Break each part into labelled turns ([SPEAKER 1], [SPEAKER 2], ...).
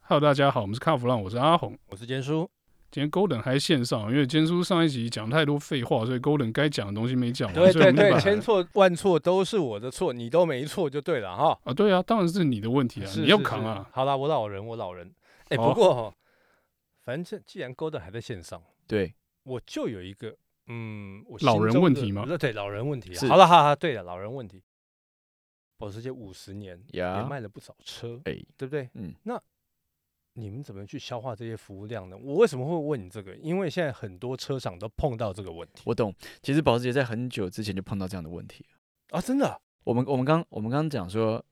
[SPEAKER 1] Hello，大家好，我们是卡弗浪，我是阿红。
[SPEAKER 2] 我是坚叔，
[SPEAKER 1] 今天 Golden 还线上，因为坚叔上一集讲太多废话，所以 Golden 该讲的东西没讲完，
[SPEAKER 2] 对
[SPEAKER 1] 啊所以我
[SPEAKER 2] 对
[SPEAKER 1] 们就
[SPEAKER 2] 对，
[SPEAKER 1] 把
[SPEAKER 2] 千错万错都是我的错，你都没错就对了哈。
[SPEAKER 1] 啊，对啊，当然是你的问题啊，
[SPEAKER 2] 是
[SPEAKER 1] 你要
[SPEAKER 2] 是
[SPEAKER 1] 扛
[SPEAKER 2] 是
[SPEAKER 1] 啊。
[SPEAKER 2] 好啦，我老人，我老人。哎、
[SPEAKER 1] 好
[SPEAKER 2] 不过、哦、反正既然勾的还在线上，
[SPEAKER 3] 对，
[SPEAKER 2] 我就有一个，嗯，我
[SPEAKER 1] 老
[SPEAKER 2] 心
[SPEAKER 1] 人
[SPEAKER 2] 中
[SPEAKER 1] 问
[SPEAKER 2] 的
[SPEAKER 1] 题吗？
[SPEAKER 2] 对，老人问题啊。
[SPEAKER 3] 是
[SPEAKER 2] 好了，好了，对了，老人问题。保时捷五十年也
[SPEAKER 3] 呀，
[SPEAKER 2] 卖了不少车，
[SPEAKER 3] 哎，
[SPEAKER 2] 对不对？
[SPEAKER 3] 嗯，
[SPEAKER 2] 你们怎么去消化这些服务量呢？我为什么会问你这个？因为现在很多车厂都碰到这个问题
[SPEAKER 3] 我懂。其实保时捷在很久之前就碰到这样的问题了。
[SPEAKER 2] 啊，真的
[SPEAKER 3] 我们我们刚我们刚刚讲说，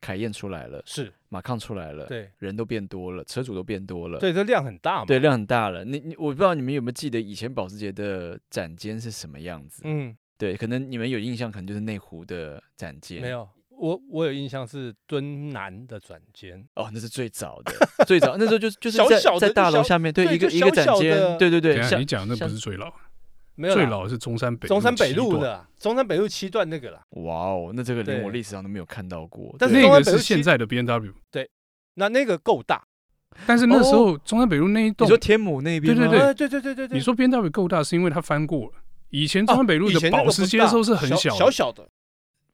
[SPEAKER 3] 凯宴出来了，
[SPEAKER 2] 是
[SPEAKER 3] 马抗出
[SPEAKER 1] 呃
[SPEAKER 3] 来了，，
[SPEAKER 2] 对
[SPEAKER 3] 人都变多了，车主都变多了，
[SPEAKER 2] 对，这量很大嘛。
[SPEAKER 3] 对，量很大了。你你我不知道你们有没有记得以前保时捷的展间是什么样子？
[SPEAKER 2] 嗯，
[SPEAKER 3] 对，可能你们有印象，可能就是内湖的展间。
[SPEAKER 2] 没有，我我有印象是敦南的转间，
[SPEAKER 3] 哦，那是最早的，最早那时候就就是
[SPEAKER 2] 小
[SPEAKER 3] 在
[SPEAKER 2] 小
[SPEAKER 3] 在
[SPEAKER 2] 的
[SPEAKER 3] 大
[SPEAKER 2] 就
[SPEAKER 3] 楼
[SPEAKER 2] 小
[SPEAKER 3] 下面，对
[SPEAKER 2] 对
[SPEAKER 3] 一个
[SPEAKER 2] 就
[SPEAKER 3] 一个
[SPEAKER 2] 小
[SPEAKER 3] 展
[SPEAKER 2] 小的
[SPEAKER 3] 间，对对对
[SPEAKER 1] 等，一下
[SPEAKER 3] 像
[SPEAKER 1] 你讲的那
[SPEAKER 3] 像
[SPEAKER 1] 不是最老，
[SPEAKER 2] 没有
[SPEAKER 1] 最
[SPEAKER 2] 啦
[SPEAKER 1] 老是中山北
[SPEAKER 2] 中山北
[SPEAKER 1] 七
[SPEAKER 2] 路
[SPEAKER 1] 段，
[SPEAKER 2] 的啦中山北路七段那个啦。
[SPEAKER 3] 哇哦，那这个连我
[SPEAKER 2] 对
[SPEAKER 3] 历史上都没有看到过。
[SPEAKER 2] 但是
[SPEAKER 3] 对
[SPEAKER 1] 那
[SPEAKER 2] 中
[SPEAKER 1] 个
[SPEAKER 2] 山北
[SPEAKER 1] 是
[SPEAKER 2] 路
[SPEAKER 1] 现
[SPEAKER 2] 七
[SPEAKER 1] 在的 B N W，
[SPEAKER 2] 那那个够大，
[SPEAKER 1] 但是那时
[SPEAKER 2] 哦
[SPEAKER 1] 候中山北路那一
[SPEAKER 3] 你
[SPEAKER 1] 栋
[SPEAKER 3] 说，天母那边
[SPEAKER 1] 对
[SPEAKER 3] 吗？
[SPEAKER 1] 对
[SPEAKER 2] 哎对对对对对。
[SPEAKER 1] 你说 B N W 够大是因为它翻过了。以前中
[SPEAKER 2] 啊
[SPEAKER 1] 山北路
[SPEAKER 2] 以
[SPEAKER 1] 的
[SPEAKER 2] 前那个
[SPEAKER 1] 保
[SPEAKER 2] 不
[SPEAKER 1] 时捷
[SPEAKER 2] 大
[SPEAKER 1] 时候是很
[SPEAKER 2] 小
[SPEAKER 1] 的
[SPEAKER 2] 小小的，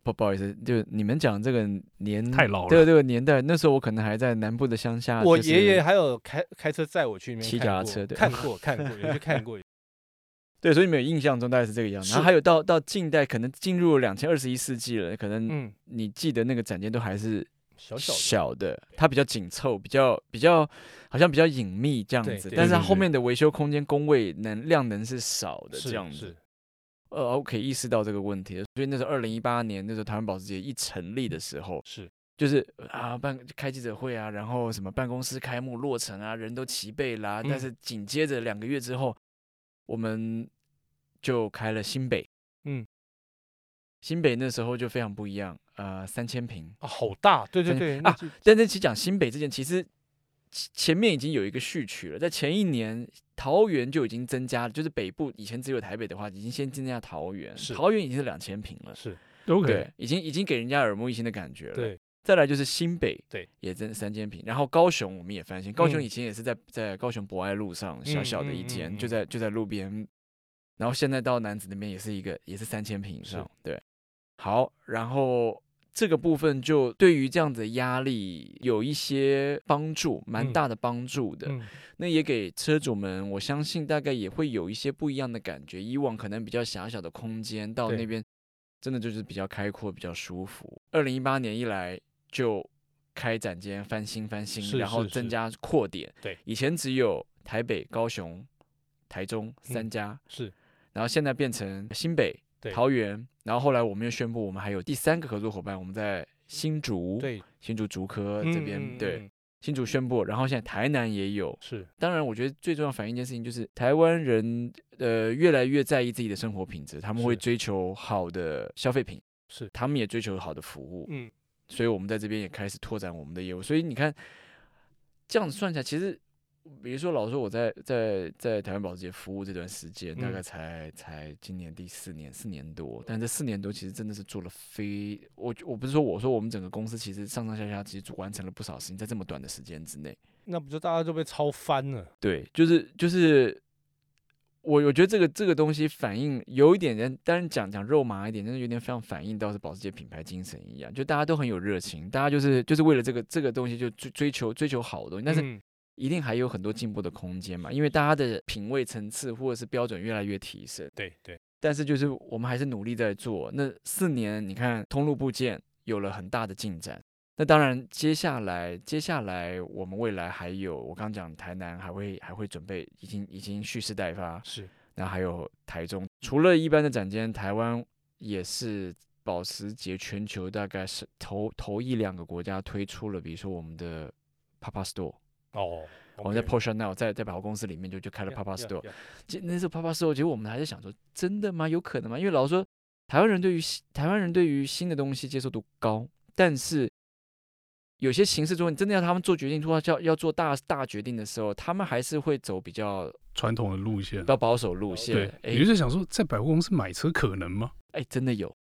[SPEAKER 3] 不不好意思，就你们讲这个
[SPEAKER 2] 嗯
[SPEAKER 3] 年
[SPEAKER 1] 太老了
[SPEAKER 3] 对这个年代，那时候我可能还在南部的乡
[SPEAKER 1] 啊
[SPEAKER 3] 下，
[SPEAKER 2] 我
[SPEAKER 3] 就是
[SPEAKER 2] 爷爷还有开开车载我去那边
[SPEAKER 3] 骑
[SPEAKER 2] 看
[SPEAKER 3] 脚踏
[SPEAKER 2] 过
[SPEAKER 3] 车对嗯
[SPEAKER 2] 看过看过，有去看 过。
[SPEAKER 3] 对，所以你们有印象中大概是这个样子。然后
[SPEAKER 2] 是
[SPEAKER 3] 还有到到近代，可能进入两千二十一世纪了，可能
[SPEAKER 2] 嗯，
[SPEAKER 3] 你记得那个展间都还是
[SPEAKER 2] 小小的，
[SPEAKER 3] 小的，它比较紧凑，比较比较好像比较隐秘这样
[SPEAKER 2] 对
[SPEAKER 3] 子，
[SPEAKER 2] 对
[SPEAKER 3] 但是它
[SPEAKER 1] 对对
[SPEAKER 3] 后面的维修空间工位能量能是少的这样
[SPEAKER 2] 是
[SPEAKER 3] 子。呃，OK，意识到这个问题了，所以那时候二零一八年那时候台湾保时捷一成立的时候，
[SPEAKER 2] 是
[SPEAKER 3] 就是啊办开记者会啊，然后什么办公室开幕落成啊，人都齐备啦。
[SPEAKER 2] 嗯
[SPEAKER 3] 但是紧接着两个月之后，我们就开了新北。
[SPEAKER 2] 嗯，
[SPEAKER 3] 新北那时候就非常不一样，呃，三千平。
[SPEAKER 2] 啊，好大，对对
[SPEAKER 3] 真
[SPEAKER 2] 对
[SPEAKER 3] 啊
[SPEAKER 2] 那就
[SPEAKER 3] 但是其实讲新北之前，其实其前面已经有一个序曲了，在前一年桃园就已经增加了，就是北部以前只有台北的话，已经先增加桃园
[SPEAKER 2] 是，
[SPEAKER 3] 桃园已经是两千平了。
[SPEAKER 2] 是，
[SPEAKER 1] OK，
[SPEAKER 3] 对，已经已经给人家耳目一新的感觉了。
[SPEAKER 2] 对，
[SPEAKER 3] 再来就是新北，
[SPEAKER 2] 对，
[SPEAKER 3] 也增三间平。然后高雄我们也翻新，高雄
[SPEAKER 2] 嗯
[SPEAKER 3] 以前也是在在高雄博爱路上小
[SPEAKER 2] 嗯
[SPEAKER 3] 小的
[SPEAKER 2] 嗯
[SPEAKER 3] 一
[SPEAKER 2] 嗯
[SPEAKER 3] 间，
[SPEAKER 2] 嗯
[SPEAKER 3] 就在就在路边。然后现在到南子那边也是一个，也是三千平以上
[SPEAKER 2] 是。
[SPEAKER 3] 对，好，然后这个部分就对于这样子的压力有一些帮助，蛮
[SPEAKER 2] 嗯
[SPEAKER 3] 大的帮助的。
[SPEAKER 2] 嗯，
[SPEAKER 3] 那也给车主们，我相信大概也会有一些不一样的感觉。以往可能比较狭小的空间，到
[SPEAKER 2] 对
[SPEAKER 3] 那边真的就是比较开阔、比较舒服。二零一八年一来就开展间翻新翻新，
[SPEAKER 2] 是
[SPEAKER 3] 然后
[SPEAKER 2] 是
[SPEAKER 3] 增
[SPEAKER 2] 是
[SPEAKER 3] 加扩点。
[SPEAKER 2] 对
[SPEAKER 3] 以前只有台北、高雄、台中三
[SPEAKER 2] 嗯
[SPEAKER 3] 家，
[SPEAKER 2] 是
[SPEAKER 3] 然后现在变成新北
[SPEAKER 2] 对、
[SPEAKER 3] 桃园，然后后来我们又宣布我们还有第三个合作伙伴，我们在新竹，
[SPEAKER 2] 对
[SPEAKER 3] 新竹竹科这边、
[SPEAKER 2] 嗯嗯
[SPEAKER 3] 对。
[SPEAKER 2] 嗯
[SPEAKER 3] 新竹宣布，然后现在台南也有，
[SPEAKER 2] 是
[SPEAKER 3] 当然，我觉得最重要反映一件事情就是，台湾人呃越来越在意自己的生活品质，他们会
[SPEAKER 2] 是
[SPEAKER 3] 追求好的消费品，
[SPEAKER 2] 是
[SPEAKER 3] 他们也追求好的服务，
[SPEAKER 2] 嗯
[SPEAKER 3] 所以我们在这边也开始拓展我们的业务。所以你看，这样子算起来，其实比如说，老实说我在在在台湾保时捷服务这段时间，大
[SPEAKER 2] 嗯
[SPEAKER 3] 概才、才今年第四年，四年多，但这四年多其实真的是做了非我我不是说我说我们整个公司其实上上下下其实完成了不少事情，在这么短的时间之内。
[SPEAKER 2] 那不就大家都被超翻了？
[SPEAKER 3] 对，就是就是，我我觉得这个这个东西反映有一点人，当然讲讲肉麻一点，但是有点非常反映到是保时捷品牌精神一样，就大家都很有热情，大家就是就是为了这个这个东西就追追求追求好的东西，但是
[SPEAKER 2] 嗯
[SPEAKER 3] 一定还有很多进步的空间嘛，因为大家的品味层次或者是标准越来越提升，
[SPEAKER 2] 对对，
[SPEAKER 3] 但是就是我们还是努力在做。那四年，你看通路部件有了很大的进展。那当然，接下来接下来我们未来还有，我刚讲台南还会还会准备，已经已经蓄势待发。
[SPEAKER 2] 是
[SPEAKER 3] 然后还有台中，除了一般的展间，台湾也是保时捷全球大概是头头一两个国家推出了，比如说我们的 Papa Store，
[SPEAKER 2] 哦，
[SPEAKER 3] 我们在 Porsche Now 在在百货公司里面就就开了 Papa Store。其实那时候啪啪时候，其实我们还在想说，真的吗？有可能吗？因为老实说，台湾人对于新台湾人对于新的东西接受度高，但是有些形式中，你真的要他们做决定，说要要做大大决定的时候，他们还是会走比较
[SPEAKER 1] 传统的路线
[SPEAKER 3] 比。较保守路线
[SPEAKER 1] 对，。
[SPEAKER 3] 哎
[SPEAKER 1] 你就在想说，在百货公司买车可能吗？
[SPEAKER 3] 哎，真的有。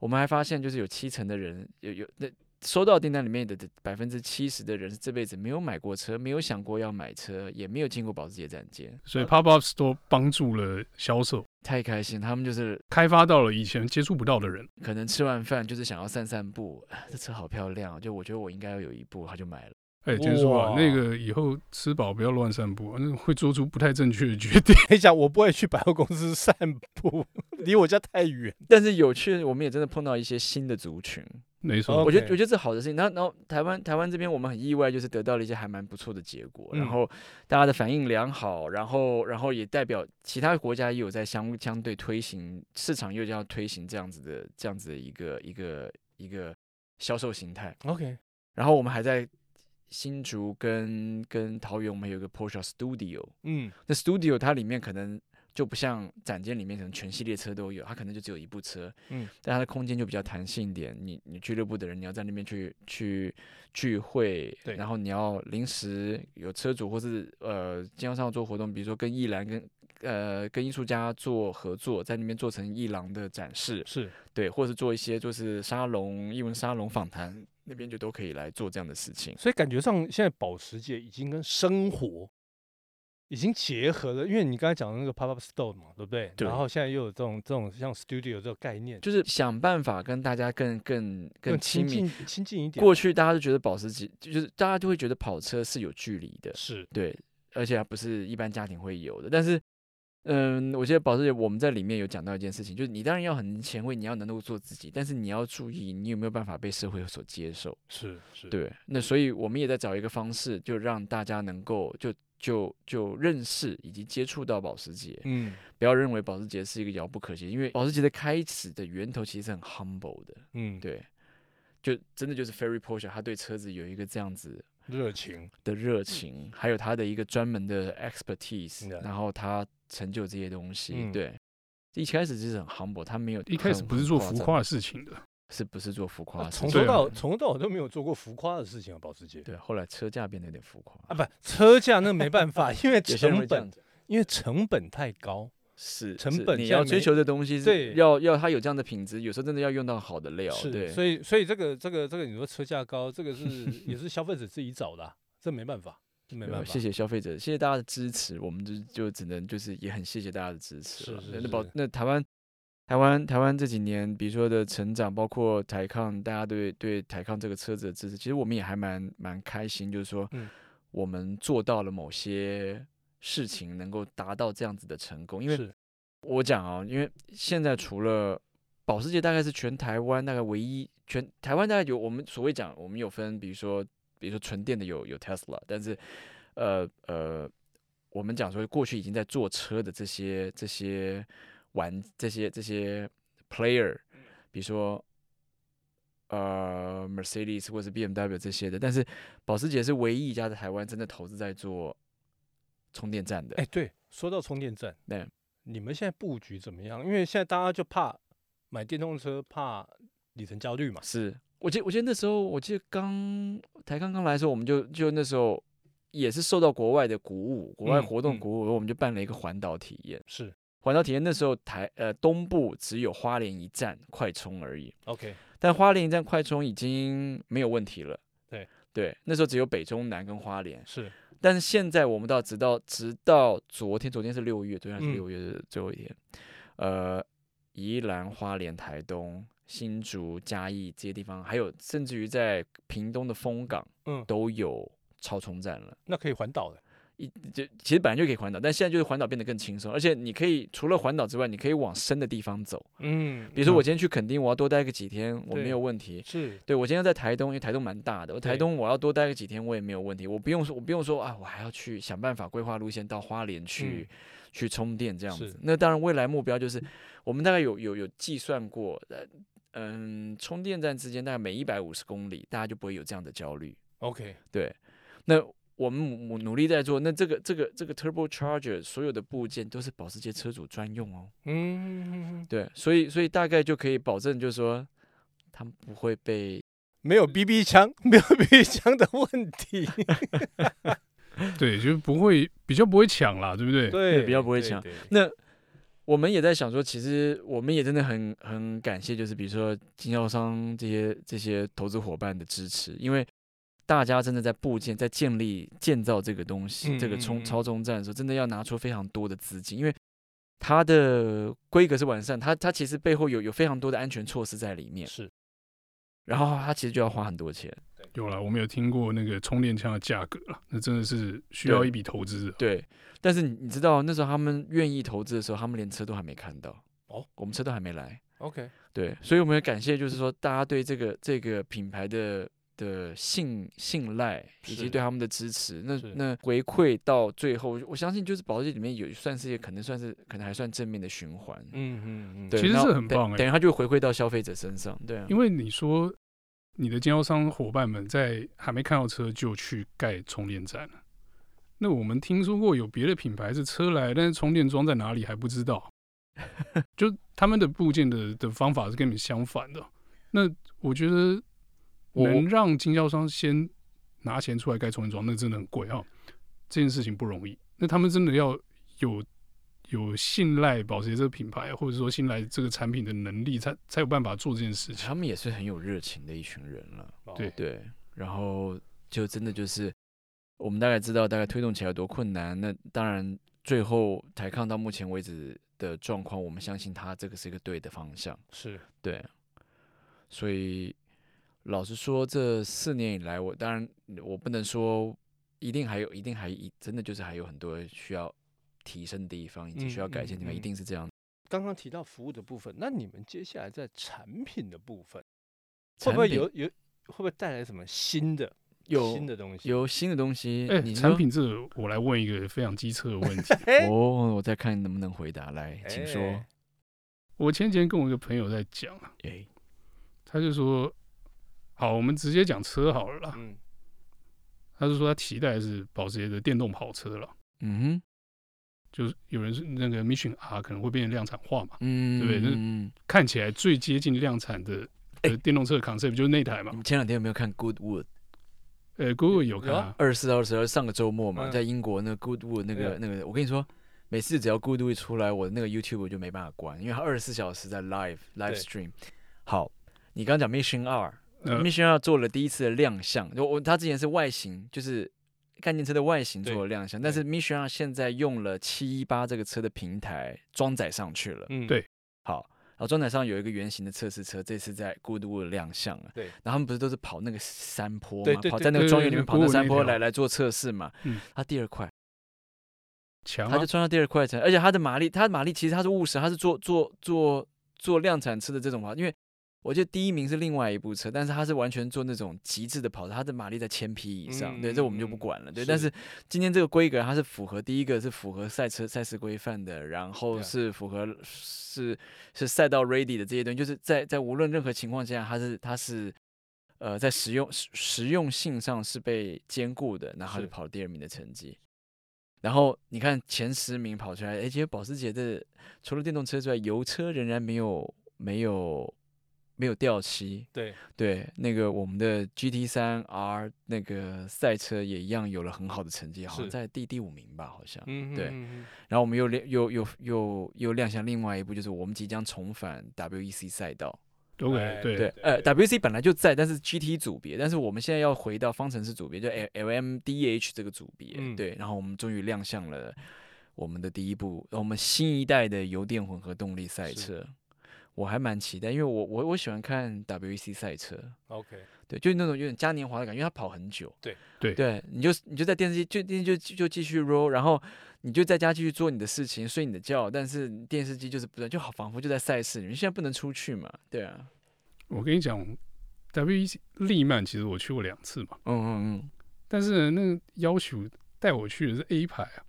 [SPEAKER 3] 我们还发现，就是有七成的人有有那收到订单里面的百分之七十的人是这辈子没有买过车，没有想过要买车，也没有进过保时捷站街。
[SPEAKER 1] 所以 Pop Up Store 帮助了销售，
[SPEAKER 3] 太开心，他们就是
[SPEAKER 1] 开发到了以前接触不到的人。
[SPEAKER 3] 可能吃完饭就是想要散散步，啊这车好漂亮哦，就我觉得我应该要有一部，他就买了。
[SPEAKER 1] 哎，坚叔啊，
[SPEAKER 2] 哇
[SPEAKER 1] 那个以后吃饱不要乱散步，那会做出不太正确的决定。
[SPEAKER 2] 你想，我不会去百货公司散步，离我家太远。
[SPEAKER 3] 但是有趣，我们也真的碰到一些新的族群。
[SPEAKER 1] 没错，
[SPEAKER 3] 我觉得
[SPEAKER 2] OK
[SPEAKER 3] 我觉得这好的事情。然后然后台湾台湾这边我们很意外，就是得到了一些还蛮不错的结果，
[SPEAKER 2] 嗯
[SPEAKER 3] 然后大家的反应良好，然后然后也代表其他国家也有在相相对推行市场又要推行这样子的这样子的一个一个一个销售形态。
[SPEAKER 2] OK，
[SPEAKER 3] 然后我们还在新竹跟跟桃园，我们有一个 Porsche Studio，
[SPEAKER 2] 嗯，
[SPEAKER 3] 那 Studio 它里面可能就不像展间里面可能全系列车都有，它可能就只有一部车，
[SPEAKER 2] 嗯，
[SPEAKER 3] 但它的空间就比较弹性一点。你你俱乐部的人，你要在那边去去聚会，
[SPEAKER 2] 对
[SPEAKER 3] 然后你要临时有车主或是呃经销商做活动，比如说跟艺兰跟呃跟艺术家做合作，在那边做成艺廊的展示，
[SPEAKER 2] 是
[SPEAKER 3] 对，或是做一些就是沙龙英文沙龙访谈，那边就都可以来做这样的事情。
[SPEAKER 2] 所以感觉上现在保时捷已经跟生活已经结合了，因为你刚才讲的那个 pop up store 嘛，对不对？
[SPEAKER 3] 对
[SPEAKER 2] 然后现在又有这种这种像 studio 这个概念，
[SPEAKER 3] 就是想办法跟大家更更更亲
[SPEAKER 2] 亲
[SPEAKER 3] 密，
[SPEAKER 2] 近亲近一点。
[SPEAKER 3] 过去大家都觉得保时捷就是大家就会觉得跑车是有距离的，
[SPEAKER 2] 是
[SPEAKER 3] 对，而且还不是一般家庭会有的。但是，嗯，我记得保时捷我们在里面有讲到一件事情，就是你当然要很前卫，你要能够做自己，但是你要注意你有没有办法被社会所接受。
[SPEAKER 2] 是是，
[SPEAKER 3] 对，那所以我们也在找一个方式，就让大家能够就就就认识以及接触到保时捷，
[SPEAKER 2] 嗯
[SPEAKER 3] 不要认为保时捷是一个遥不可及，因为保时捷的开始的源头其实是很 humble 的。
[SPEAKER 2] 嗯，
[SPEAKER 3] 对，就真的就是 Ferry Porsche，他对车子有一个这样子
[SPEAKER 2] 热情
[SPEAKER 3] 的热情，还有他的一个专门的 expertise，、
[SPEAKER 2] Yeah
[SPEAKER 3] 然后他成就这些东西。
[SPEAKER 2] 嗯
[SPEAKER 3] 对，一开始就是很 humble，他没有
[SPEAKER 1] 一开始
[SPEAKER 3] 很
[SPEAKER 1] 不是
[SPEAKER 3] 很
[SPEAKER 1] 做
[SPEAKER 3] 夸
[SPEAKER 1] 浮
[SPEAKER 3] 张，
[SPEAKER 1] 夸的事情的，
[SPEAKER 3] 是不是做浮夸
[SPEAKER 2] 啊
[SPEAKER 3] 的事
[SPEAKER 2] 从
[SPEAKER 3] 情？
[SPEAKER 1] 对
[SPEAKER 2] 头
[SPEAKER 1] 啊
[SPEAKER 2] 到从头到尾都没有做过浮夸的事情啊，保时捷。
[SPEAKER 3] 对，后来车价变得有点浮夸
[SPEAKER 2] 啊，，不，车价那没办法，因为
[SPEAKER 3] 有些人会
[SPEAKER 2] 成
[SPEAKER 3] 这样
[SPEAKER 2] 本，
[SPEAKER 3] 子。
[SPEAKER 2] 因为成本太高。
[SPEAKER 3] 是
[SPEAKER 2] 成
[SPEAKER 3] 是
[SPEAKER 2] 本
[SPEAKER 3] 你
[SPEAKER 2] 现在
[SPEAKER 3] 要追
[SPEAKER 2] 没
[SPEAKER 3] 求的东西是，
[SPEAKER 2] 对
[SPEAKER 3] 要要它有这样的品质，有时候真的要用到好的料，
[SPEAKER 2] 是，
[SPEAKER 3] 对，
[SPEAKER 2] 所以所以这个这个这个，你说车价高，这个是也是消费者自己找的啊、这没办法，这没
[SPEAKER 3] 对
[SPEAKER 2] 办
[SPEAKER 3] 吧
[SPEAKER 2] 法。
[SPEAKER 3] 呃谢谢消费者，谢谢大家的支持，我们就就只能就是也很谢谢大家的支持
[SPEAKER 2] 是
[SPEAKER 3] 了。
[SPEAKER 2] 是
[SPEAKER 3] 那那保
[SPEAKER 2] 是
[SPEAKER 3] 那台湾台湾台湾这几年，比如说的成长，包括台抗，大家对对台抗这个车子的支持，其实我们也还蛮蛮开心，就是说，
[SPEAKER 2] 嗯
[SPEAKER 3] 我们做到了某些事情，能够达到这样子的成功。因为
[SPEAKER 2] 是
[SPEAKER 3] 我讲啊、因为现在除了保时捷，大概是全台湾大概唯一全台湾大概有我们所谓讲，我们有分，比如说比如说纯电的有有 Tesla，但是呃呃，我们讲说过去已经在做车的这些这些玩这些这些 player，比如说呃 Mercedes 或是 BMW 这些的，但是保时捷是唯一一家在台湾真的投资在做充电站的。
[SPEAKER 2] 哎，对，说到充电站，
[SPEAKER 3] 对
[SPEAKER 2] 你们现在布局怎么样？因为现在大家就怕买电动车，怕里程焦虑嘛。
[SPEAKER 3] 是我记得我记得那时候，我记得刚台刚刚来的时候，我们就就那时候也是受到国外的鼓舞，国外
[SPEAKER 2] 嗯
[SPEAKER 3] 活动
[SPEAKER 2] 嗯
[SPEAKER 3] 鼓舞，我们就办了一个环岛体验。
[SPEAKER 2] 是
[SPEAKER 3] 环岛体验那时候台呃东部只有花莲一站快充而已，
[SPEAKER 2] ，OK，
[SPEAKER 3] 但花莲一站快充已经没有问题了。
[SPEAKER 2] 对
[SPEAKER 3] 对，那时候只有北中南跟花莲，
[SPEAKER 2] 是
[SPEAKER 3] 但是现在我们到直到直到昨天，昨天是六月，昨天是
[SPEAKER 2] 嗯
[SPEAKER 3] 六月的最后一天，呃，宜兰、花莲、台东、新竹、嘉义这些地方，还有甚至于在屏东的丰港
[SPEAKER 2] 嗯，
[SPEAKER 3] 都有超充站了。
[SPEAKER 2] 那可以环岛的。
[SPEAKER 3] 一就其实本来就可以环岛，但现在就是环岛变得更轻松，而且你可以除了环岛之外，你可以往深的地方走。
[SPEAKER 2] 嗯，
[SPEAKER 3] 比如说
[SPEAKER 2] 嗯
[SPEAKER 3] 我今天去垦丁，我要多待个几天，我没
[SPEAKER 2] 对
[SPEAKER 3] 有问题。
[SPEAKER 2] 是
[SPEAKER 3] 对我今天在台东，因为台东蛮大的，我台
[SPEAKER 2] 对
[SPEAKER 3] 东我要多待个几天，我也没有问题，我不用说，我不用说啊，我还要去想办法规划路线到花莲去、去充电这样
[SPEAKER 2] 嗯是嗯
[SPEAKER 3] 子。那当然，未来目标就是我们大概有有有计算过，呃嗯，充电站之间大概每一百五十公里，大家就不会有这样的焦虑。
[SPEAKER 2] OK，
[SPEAKER 3] 对，那我们努努力在做，那这个这个这个 Turbo Charger 所有的部件都是保时捷车主专用哦。
[SPEAKER 2] 嗯，
[SPEAKER 3] 对，所以所以大概就可以保证，就是说他们不会被
[SPEAKER 2] 没有 BB 枪，没有 BB 枪的问题。
[SPEAKER 1] 对，就是不会比较不会抢啦，对不对？
[SPEAKER 2] 对，
[SPEAKER 3] 比较不会
[SPEAKER 2] 对
[SPEAKER 3] 抢。
[SPEAKER 2] 对
[SPEAKER 3] 那我们也在想说，其实我们也真的很很感谢，就是比如说经销商这些这些投资伙伴的支持，因为大家真的在部件在建立建造这个东西，这
[SPEAKER 2] 嗯
[SPEAKER 3] 个
[SPEAKER 2] 嗯嗯
[SPEAKER 3] 冲超充站的时候，真的要拿出非常多的资金，因为它的规格是完善，它它其实背后有有非常多的安全措施在里面，
[SPEAKER 2] 是
[SPEAKER 3] 然后它其实就要花很多钱。
[SPEAKER 1] 有啦，我们有听过那个充电枪的价格啦，那真的是需要
[SPEAKER 3] 对
[SPEAKER 1] 一笔投资的。
[SPEAKER 3] 对，但是你你知道那时候他们愿意投资的时候，他们连车都还没看到
[SPEAKER 2] 哦，
[SPEAKER 3] 我们车都还没来。
[SPEAKER 2] OK，
[SPEAKER 3] 对，所以我们也感谢，就是说大家对这个这个品牌的的信信赖，以及
[SPEAKER 2] 是
[SPEAKER 3] 对他们的支持，那
[SPEAKER 2] 是
[SPEAKER 3] 那回馈到最后，我相信就是保时捷里面有算是一个可能算是可能还算正面的循环。
[SPEAKER 2] 嗯嗯嗯，
[SPEAKER 3] 对，
[SPEAKER 1] 其实
[SPEAKER 3] 那
[SPEAKER 1] 是很
[SPEAKER 3] 等
[SPEAKER 1] 棒欸
[SPEAKER 3] 等于它就回馈到消费者身上，对啊，
[SPEAKER 1] 因为你说你的经销商伙伴们在还没看到车就去盖充电站了，那我们听说过有别的品牌是车来，但是充电桩在哪里还不知道，就他们的部件的的方法是跟你们相反的。那我觉得
[SPEAKER 3] 我
[SPEAKER 1] 能让经销商先拿钱出来盖充电桩，那真的很贵哈、这件事情不容易。那他们真的要有有信赖保时捷这个品牌，或者说信赖这个产品的能力，才才有办法做这件事情。
[SPEAKER 3] 他们也是很有热情的一群人了。
[SPEAKER 2] 哦
[SPEAKER 1] 对
[SPEAKER 3] 对，然后就真的就是我们大概知道大概推动起来有多困难。那当然，最后台抗到目前为止的状况，我们相信它这个是一个对的方向。
[SPEAKER 2] 是
[SPEAKER 3] 对，所以老实说，这四年以来，我当然我不能说一定还有，一定还一真的就是还有很多需要提升的地方，以及需要
[SPEAKER 2] 嗯
[SPEAKER 3] 改进的地方，
[SPEAKER 2] 嗯
[SPEAKER 3] 一
[SPEAKER 2] 嗯
[SPEAKER 3] 定是这样。
[SPEAKER 2] 刚刚提到服务的部分，那你们接下来在产品的部分会不会
[SPEAKER 3] 产品
[SPEAKER 2] 有有会不会带来什么新的新
[SPEAKER 3] 有
[SPEAKER 2] 的 东西？
[SPEAKER 3] 有新的东西？
[SPEAKER 1] 哎、
[SPEAKER 3] 你
[SPEAKER 1] 产
[SPEAKER 3] 说
[SPEAKER 1] 品这我来问一个非常机车的问 题。
[SPEAKER 2] 哎
[SPEAKER 3] 哦，我再看能不能回答来，请说。
[SPEAKER 2] 哎
[SPEAKER 1] 我前几天跟我一个朋友在讲啊，
[SPEAKER 3] 哎，
[SPEAKER 1] 他就说，好，我们直接讲车好了啦。
[SPEAKER 2] 嗯，
[SPEAKER 1] 他就说他期待的是保时捷的电动跑车了，
[SPEAKER 3] 嗯
[SPEAKER 1] 就是有人是那个 Mission R 可能会变成量产化嘛
[SPEAKER 3] 哼，，嗯，
[SPEAKER 1] 对那
[SPEAKER 3] 嗯
[SPEAKER 1] 看起来最接近量产的。呃，电动车的 concept 就是那台嘛
[SPEAKER 2] 啊
[SPEAKER 3] 你，们前两天有没有看《Goodwood》
[SPEAKER 1] 呃，Google 有
[SPEAKER 2] 有
[SPEAKER 1] 看啊，
[SPEAKER 3] 二十四到二十二？上个周末嘛，
[SPEAKER 2] 嗯哎
[SPEAKER 3] 在英国那个《Goodwood》那个那个，我跟你说，每次只要《Goodwood》出来，我那个 YouTube 我就没办法关，因为它二十四小时在 live live
[SPEAKER 2] 对
[SPEAKER 3] stream。好，你刚刚讲 Mission 二、
[SPEAKER 1] 呃
[SPEAKER 2] 嗯
[SPEAKER 3] m i，s s i o n 二做了第一次的亮相，就哦我它之前是外形，就是概念车的外形
[SPEAKER 2] 对
[SPEAKER 3] 做了亮相，但是
[SPEAKER 2] 对
[SPEAKER 3] Mission 二现在用了七一八这个车的平台装载上去了。
[SPEAKER 2] 嗯
[SPEAKER 1] 对
[SPEAKER 3] 好，然后装载上有一个圆形的测试车，这次在 Goodwood 亮相了。
[SPEAKER 2] 对，
[SPEAKER 3] 然后他们不是都是跑那个山坡
[SPEAKER 2] 对
[SPEAKER 3] 吗？
[SPEAKER 2] 对
[SPEAKER 3] 跑
[SPEAKER 2] 对
[SPEAKER 3] 在那个
[SPEAKER 1] 对
[SPEAKER 3] 庄
[SPEAKER 1] 对
[SPEAKER 3] 园里
[SPEAKER 1] 对
[SPEAKER 3] 面跑
[SPEAKER 1] 国
[SPEAKER 3] 那
[SPEAKER 1] 五
[SPEAKER 3] 山
[SPEAKER 1] 那
[SPEAKER 3] 坡
[SPEAKER 1] 条
[SPEAKER 3] 来来做测试嘛。
[SPEAKER 1] 嗯
[SPEAKER 3] 他第二块，
[SPEAKER 1] 强
[SPEAKER 3] 他
[SPEAKER 1] 啊
[SPEAKER 3] 就，穿到第二块车，而且他的马力，他的马力其实他是务实，他是做做做做量产车的这种跑，因为。我记得第一名是另外一部车，但是他是完全做那种极致的跑车，他的马力在千匹以上，
[SPEAKER 2] 嗯
[SPEAKER 3] 对，
[SPEAKER 2] 嗯
[SPEAKER 3] 这我们就
[SPEAKER 2] 嗯
[SPEAKER 3] 不管了，对。
[SPEAKER 2] 是
[SPEAKER 3] 但是今天这个规格它是符合第一个是符合赛车赛事规范的，然后
[SPEAKER 2] 对啊
[SPEAKER 3] 是符合是是赛道 ready 的这些东西，就是在在无论任何情况下，它是它是呃在实用实实用性上是被兼顾的，然后它就是跑了第二名的成绩。然后你看前十名跑出来，而且保时捷的除了电动车之外，油车仍然没有没有没有掉漆，
[SPEAKER 2] 对，
[SPEAKER 1] 啊
[SPEAKER 3] 对，那个我们的 GT 三 R 那个赛车也一样有了很好的成绩，好像
[SPEAKER 2] 是
[SPEAKER 3] 在第第五名吧，好像。
[SPEAKER 2] 嗯
[SPEAKER 3] 对
[SPEAKER 2] 嗯嗯
[SPEAKER 3] 然后我们又亮又又又又亮相另外一部，就是我们即将重返 WEC 赛道。
[SPEAKER 1] 都可
[SPEAKER 2] 哎
[SPEAKER 1] 以，对
[SPEAKER 3] 对，呃，WEC 本来就在，但是 GT 组别，但是我们现在要回到方程式组别，就 L LMDH 这个组别。
[SPEAKER 2] 嗯
[SPEAKER 3] 对，然后我们终于亮相了我们的第一部，我们新一代的油电混合动力赛
[SPEAKER 2] 是
[SPEAKER 3] 车。我还蛮期待，因为我我我喜欢看 WEC 赛车。
[SPEAKER 2] OK，
[SPEAKER 3] 对，就是那种有点嘉年华的感觉，因为他跑很久。
[SPEAKER 2] 对
[SPEAKER 1] 对
[SPEAKER 3] 对，你就你就在电视机就电视就就就继续 roll，然后你就在家继续做你的事情，睡你的觉，但是电视机就是不断，就好仿佛就在赛事里面，现在不能出去嘛。对啊，
[SPEAKER 1] 我跟你讲，WEC 利曼其实我去过两次嘛，
[SPEAKER 3] 嗯嗯嗯，
[SPEAKER 1] 但是呢，那个要求带我去的是 A 排啊。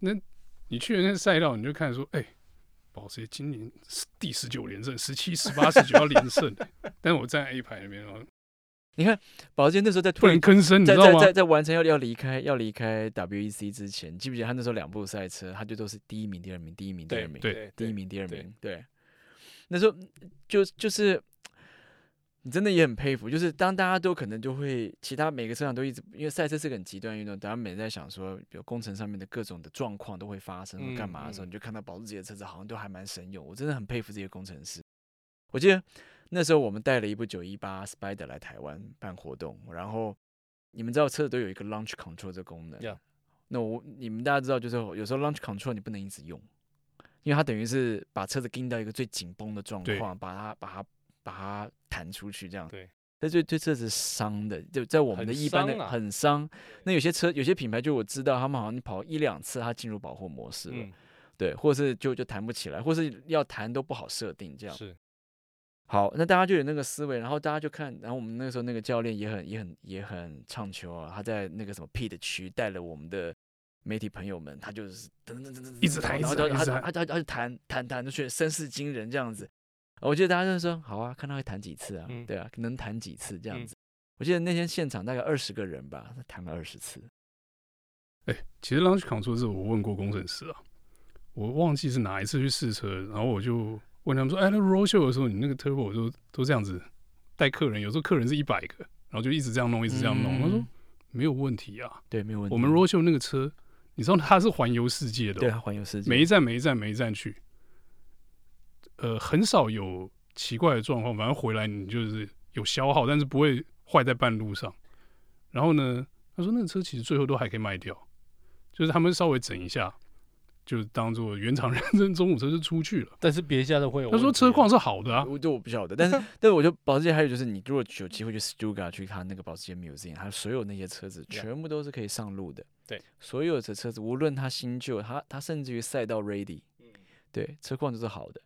[SPEAKER 1] 那你去了那赛道，你就看说，哎、保时捷今年是第十九连胜，十七、十八、十九要连胜、欸 但是我站 A 排那边，然后
[SPEAKER 3] 保时捷那时候在
[SPEAKER 1] 不
[SPEAKER 3] 退
[SPEAKER 1] 能吭声，你
[SPEAKER 3] 在
[SPEAKER 1] 知道
[SPEAKER 3] 在
[SPEAKER 1] 吗？
[SPEAKER 3] 在在完成要要离开要离开 WEC 之前，记不记得他那时候两部赛车，他就都是第一名、第二名、第一名、第二
[SPEAKER 2] 对
[SPEAKER 3] 名，
[SPEAKER 1] 对
[SPEAKER 3] 第一名、第二
[SPEAKER 2] 对
[SPEAKER 3] 名，对。那时候就就是你真的也很佩服，就是当大家都可能就会，其他每个车厂都一直，因为赛车是个很极端运动，大家每在想说，比如工程上面的各种的状况都会发生，或干
[SPEAKER 2] 嗯
[SPEAKER 3] 嘛的时
[SPEAKER 2] 嗯
[SPEAKER 3] 候，你就看到保时捷的车子好像都还蛮神勇，我真的很佩服这些工程师。我记得那时候我们带了一部九一八 Spider 来台湾办活动，然后你们知道车子都有一个 launch control 这功能
[SPEAKER 2] Yeah
[SPEAKER 3] 那我你们大家知道，就是有时候 launch control 你不能一直用，因为它等于是把车子盯到一个最紧绷的状
[SPEAKER 1] 对
[SPEAKER 3] 况，把它把它把它弹出去这样。
[SPEAKER 2] 对，
[SPEAKER 3] 这对对车子是伤的，就在我们的
[SPEAKER 2] 很
[SPEAKER 3] 一般
[SPEAKER 2] 伤
[SPEAKER 3] 的
[SPEAKER 2] 啊
[SPEAKER 3] 很伤。那有些车有些品牌，就我知道他们好像跑一两次，它进入保护模式了，
[SPEAKER 2] 嗯，
[SPEAKER 3] 对，或是就就弹不起来，或是要弹都不好设定这样。
[SPEAKER 2] 是
[SPEAKER 3] 好，那大家就有那个思维，然后大家就看，然后我们那个时候那个教练也很也很也很唱球啊，他在那个什么 P 的区带了我们的媒体朋友们，他就是噔噔噔噔噔，
[SPEAKER 1] 一直弹
[SPEAKER 3] 然后
[SPEAKER 1] 一直弹
[SPEAKER 3] 然后
[SPEAKER 1] 一直弹
[SPEAKER 3] 他他他他就弹弹弹出去，声势惊人这样子。我记得大家就说好啊，看他会弹几次啊，
[SPEAKER 2] 嗯
[SPEAKER 3] 对啊，能弹几次这样
[SPEAKER 2] 嗯
[SPEAKER 3] 子。我记得那天现场大概二十个人吧，他弹了二十次。
[SPEAKER 1] 哎、其实 launch control 是我问过工程师啊，我忘记是哪一次去试车，然后我就问他们说，哎、那 roll show 的时候，你那个 turbo 都都这样子带客人，有时候客人是一百个，然后就一直这样弄，一直这样弄。他说
[SPEAKER 3] 嗯
[SPEAKER 1] 没有问题啊，
[SPEAKER 3] 对，没有问题。
[SPEAKER 1] 我们 roll show 那个车，你知道它是环游世界的哦、
[SPEAKER 3] 对他啊环游世界，
[SPEAKER 1] 每一站每一站每一站去，呃，很少有奇怪的状况，反正回来你就是有消耗，但是不会坏在半路上。然后呢，他说那个车其实最后都还可以卖掉，就是他们稍微整一下，就当做原厂认证中古车就出去了。
[SPEAKER 2] 但是别家的会有
[SPEAKER 1] 他说
[SPEAKER 2] 问题
[SPEAKER 1] 车
[SPEAKER 2] 啊
[SPEAKER 1] 况是好的啊，
[SPEAKER 3] 我对我不晓 得，但是但是我觉得保时捷还有就是，你如果有机会去 Stuttgart 去看那个保时捷 museum，它所有那些车子
[SPEAKER 2] Yeah
[SPEAKER 3] 全部都是可以上路的。
[SPEAKER 2] 对，
[SPEAKER 3] 所有的车子无论它新旧，它它甚至于赛道 ready，对，车况都是好的。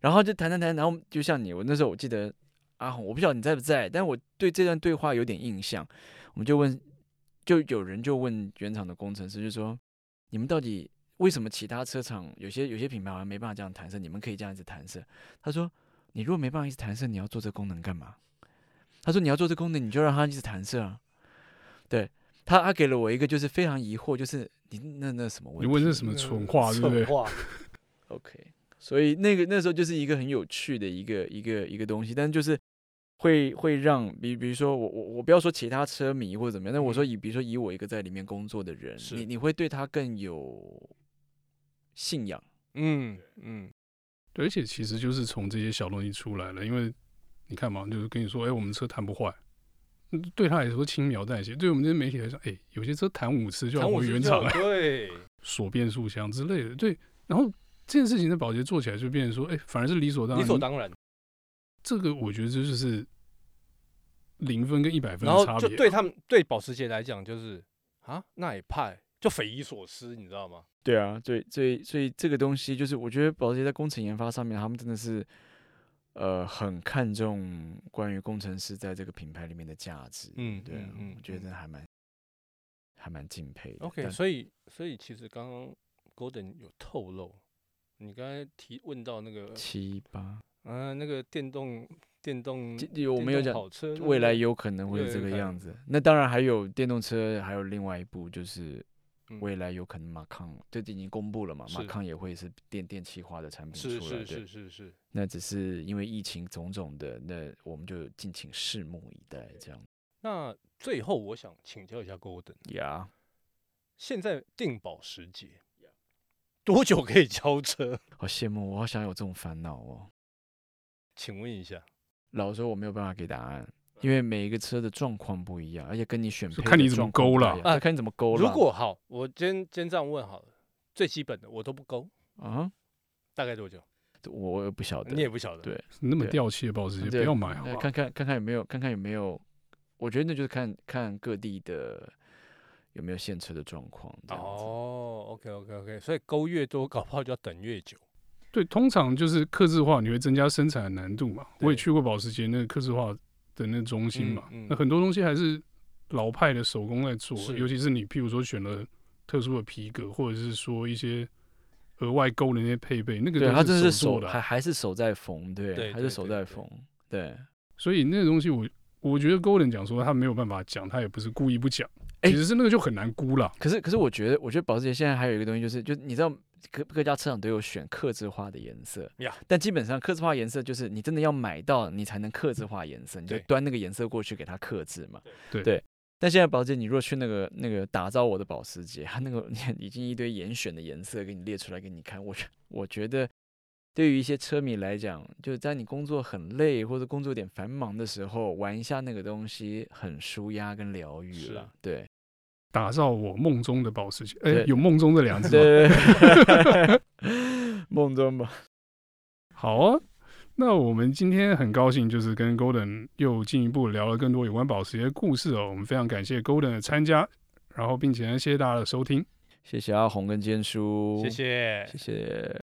[SPEAKER 3] 然后就谈谈谈，然后就像你，我那时候我记得阿红，我不晓得你在不在，但我对这段对话有点印象。我们就问，就有人就问原厂的工程师，就说你们到底为什么其他车厂有些有些品牌好像没办法这样弹射，你们可以这样子弹射？他说你如果没办法一直弹射，你要做这功能干嘛？他说你要做这功能，你就让它一直弹射啊。对他，他给了我一个就是非常疑惑，就是你那那什么问
[SPEAKER 1] 你
[SPEAKER 3] 题？
[SPEAKER 1] 问这什么蠢话，对不对
[SPEAKER 2] 嗯蠢？话
[SPEAKER 3] OK，所以那个那时候就是一个很有趣的一个一个一个东西，但就是会会让，比比如说我我我不要说其他车迷或者怎么样，但我说以比如说以我一个在里面工作的人，
[SPEAKER 2] 是
[SPEAKER 3] 你你会对他更有信仰，
[SPEAKER 2] 嗯嗯，
[SPEAKER 1] 对而且其实就是从这些小东西出来了，因为你看嘛，就是跟你说，哎、我们车弹不坏，嗯对他来说轻描淡写，对我们这些媒体来说，哎、有些车弹五次 就要
[SPEAKER 2] 谈我
[SPEAKER 1] 回
[SPEAKER 2] 是
[SPEAKER 1] 原
[SPEAKER 2] 这
[SPEAKER 1] 厂，
[SPEAKER 2] 样对，
[SPEAKER 1] 锁变速箱之类的，对。然后这件事情在保洁做起来就变成说，哎、反而是理所 当
[SPEAKER 2] 理
[SPEAKER 1] 然。
[SPEAKER 2] 所当然。
[SPEAKER 1] 这个我觉得这就是零分跟一百分
[SPEAKER 2] 然
[SPEAKER 1] 的
[SPEAKER 2] 后
[SPEAKER 1] 差
[SPEAKER 2] 就
[SPEAKER 1] 别。啊
[SPEAKER 2] 对他们对保时捷来讲，就是啊，那也派，就匪夷所思，你知道吗？
[SPEAKER 3] 对啊，所以所以所以这个东西就是，我觉得保时捷在工程研发上面，他们真的是，呃，很看重关于工程师在这个品牌里面的价值。
[SPEAKER 2] 嗯
[SPEAKER 3] 对啊，
[SPEAKER 2] 嗯嗯
[SPEAKER 3] 我觉得
[SPEAKER 2] 嗯
[SPEAKER 3] 还蛮还蛮敬佩的。
[SPEAKER 2] OK，
[SPEAKER 3] 但
[SPEAKER 2] 所以所以其实刚刚 Golden 有透露，你刚才提问到那个
[SPEAKER 3] 七八，
[SPEAKER 2] 嗯、呃那个电动电动
[SPEAKER 3] 这有我
[SPEAKER 2] 嗯电
[SPEAKER 3] 们有
[SPEAKER 2] 动
[SPEAKER 3] 讲
[SPEAKER 2] 跑车那
[SPEAKER 3] 未来
[SPEAKER 2] 个
[SPEAKER 3] 有可能会
[SPEAKER 2] 对
[SPEAKER 3] 是这
[SPEAKER 2] 有
[SPEAKER 3] 个
[SPEAKER 2] 可
[SPEAKER 3] 样
[SPEAKER 2] 能
[SPEAKER 3] 子。那当然还有电动车，还有另外一部就是
[SPEAKER 2] 嗯
[SPEAKER 3] 未来有可能马康，这已经公布了嘛，马
[SPEAKER 2] 是
[SPEAKER 3] 康也会是电电气化的产
[SPEAKER 2] 嗯
[SPEAKER 3] 品
[SPEAKER 2] 是
[SPEAKER 3] 出来。
[SPEAKER 2] 是
[SPEAKER 3] 对
[SPEAKER 2] 是，是是，
[SPEAKER 3] 那只是因为疫情种种的，那我们就敬请拭目以待这样。
[SPEAKER 2] 那最后我想请教一下 Golden，
[SPEAKER 3] 呀、
[SPEAKER 2] 现在定保时捷多久可以交车？
[SPEAKER 3] 好羡慕，我好想有这种烦恼哦。
[SPEAKER 2] 请问一下，
[SPEAKER 3] 老实说，我没有办法给答案。因为每一个车的状况不一样，而且跟你选
[SPEAKER 1] 是
[SPEAKER 3] 配
[SPEAKER 1] 看
[SPEAKER 3] 的
[SPEAKER 1] 你怎么
[SPEAKER 3] 状况不
[SPEAKER 1] 勾
[SPEAKER 3] 太
[SPEAKER 1] 啦
[SPEAKER 3] 一样
[SPEAKER 2] 啊
[SPEAKER 3] 看你怎么勾了。
[SPEAKER 2] 如果好，我今天今天这样问好了，最基本的我都不勾，
[SPEAKER 3] 啊，
[SPEAKER 2] 大概多久？
[SPEAKER 3] 我我也不晓得，
[SPEAKER 2] 你也不晓得。
[SPEAKER 3] 对
[SPEAKER 1] 那么
[SPEAKER 3] 对
[SPEAKER 1] 掉漆的保时捷不
[SPEAKER 3] 对
[SPEAKER 1] 要买好
[SPEAKER 3] 呃，
[SPEAKER 1] 不好
[SPEAKER 3] 看？看看看有没有，看看有没有，我觉得那就是看看各地的有没有现车的状况这样子。
[SPEAKER 2] 哦，OK OK OK，所以勾越多，搞不好就要等越久。
[SPEAKER 1] 对，通常就是刻字化，你会增加生产的难度嘛。我也
[SPEAKER 2] 对
[SPEAKER 1] 去过保时捷那个刻字化的那个中心嘛，
[SPEAKER 2] 嗯嗯
[SPEAKER 1] 那很多东西还是老派的手工在做，
[SPEAKER 2] 是
[SPEAKER 1] 尤其是你譬如说选了特殊的皮革，或者是说一些额外勾的那些配备，那个
[SPEAKER 3] 对，他
[SPEAKER 1] 都
[SPEAKER 3] 真的是
[SPEAKER 1] 手做
[SPEAKER 3] 手
[SPEAKER 1] 的啊、
[SPEAKER 3] 还还是手在缝，对，
[SPEAKER 2] 对
[SPEAKER 3] 还
[SPEAKER 2] 对
[SPEAKER 3] 是手
[SPEAKER 2] 对
[SPEAKER 3] 在
[SPEAKER 2] 对
[SPEAKER 3] 缝，对。
[SPEAKER 1] 所以那个东西我。我觉得 Golden 讲说他没有办法讲，他也不是故意不讲，
[SPEAKER 3] 哎
[SPEAKER 1] 其实是那个就很难估了。
[SPEAKER 3] 可是可是我觉得，我觉得保时捷现在还有一个东西就是，就你知道各各家车厂都有选刻字化的颜色
[SPEAKER 2] Yeah
[SPEAKER 3] 但基本上刻字化颜色就是你真的要买到，你才能刻字化颜色，你就
[SPEAKER 2] 对
[SPEAKER 3] 端那个颜色过去给它刻字嘛。
[SPEAKER 1] 对
[SPEAKER 3] 但现在保时捷，你若去那个那个打造我的保时捷，它那个 已经一堆严选的颜色给你列出来给你看，我觉我觉得对于一些车迷来讲，就是在你工作很累或者工作有点繁忙的时候，玩一下那个东西很舒压跟疗愈
[SPEAKER 2] 是
[SPEAKER 3] 了。对，
[SPEAKER 1] 打造我梦中的保时捷。哎、
[SPEAKER 3] 对
[SPEAKER 1] 有梦中这两 字吗？
[SPEAKER 3] 对对 对，梦中吧。
[SPEAKER 1] 好啊，那我们今天很高兴，就是跟 Golden 又进一步聊了更多有关宝石的故事哦。我们非常感谢 Golden 的参加，然后并且呢，谢谢大家的收听。
[SPEAKER 3] 谢谢阿红跟坚叔，
[SPEAKER 2] 谢，谢
[SPEAKER 3] 谢谢。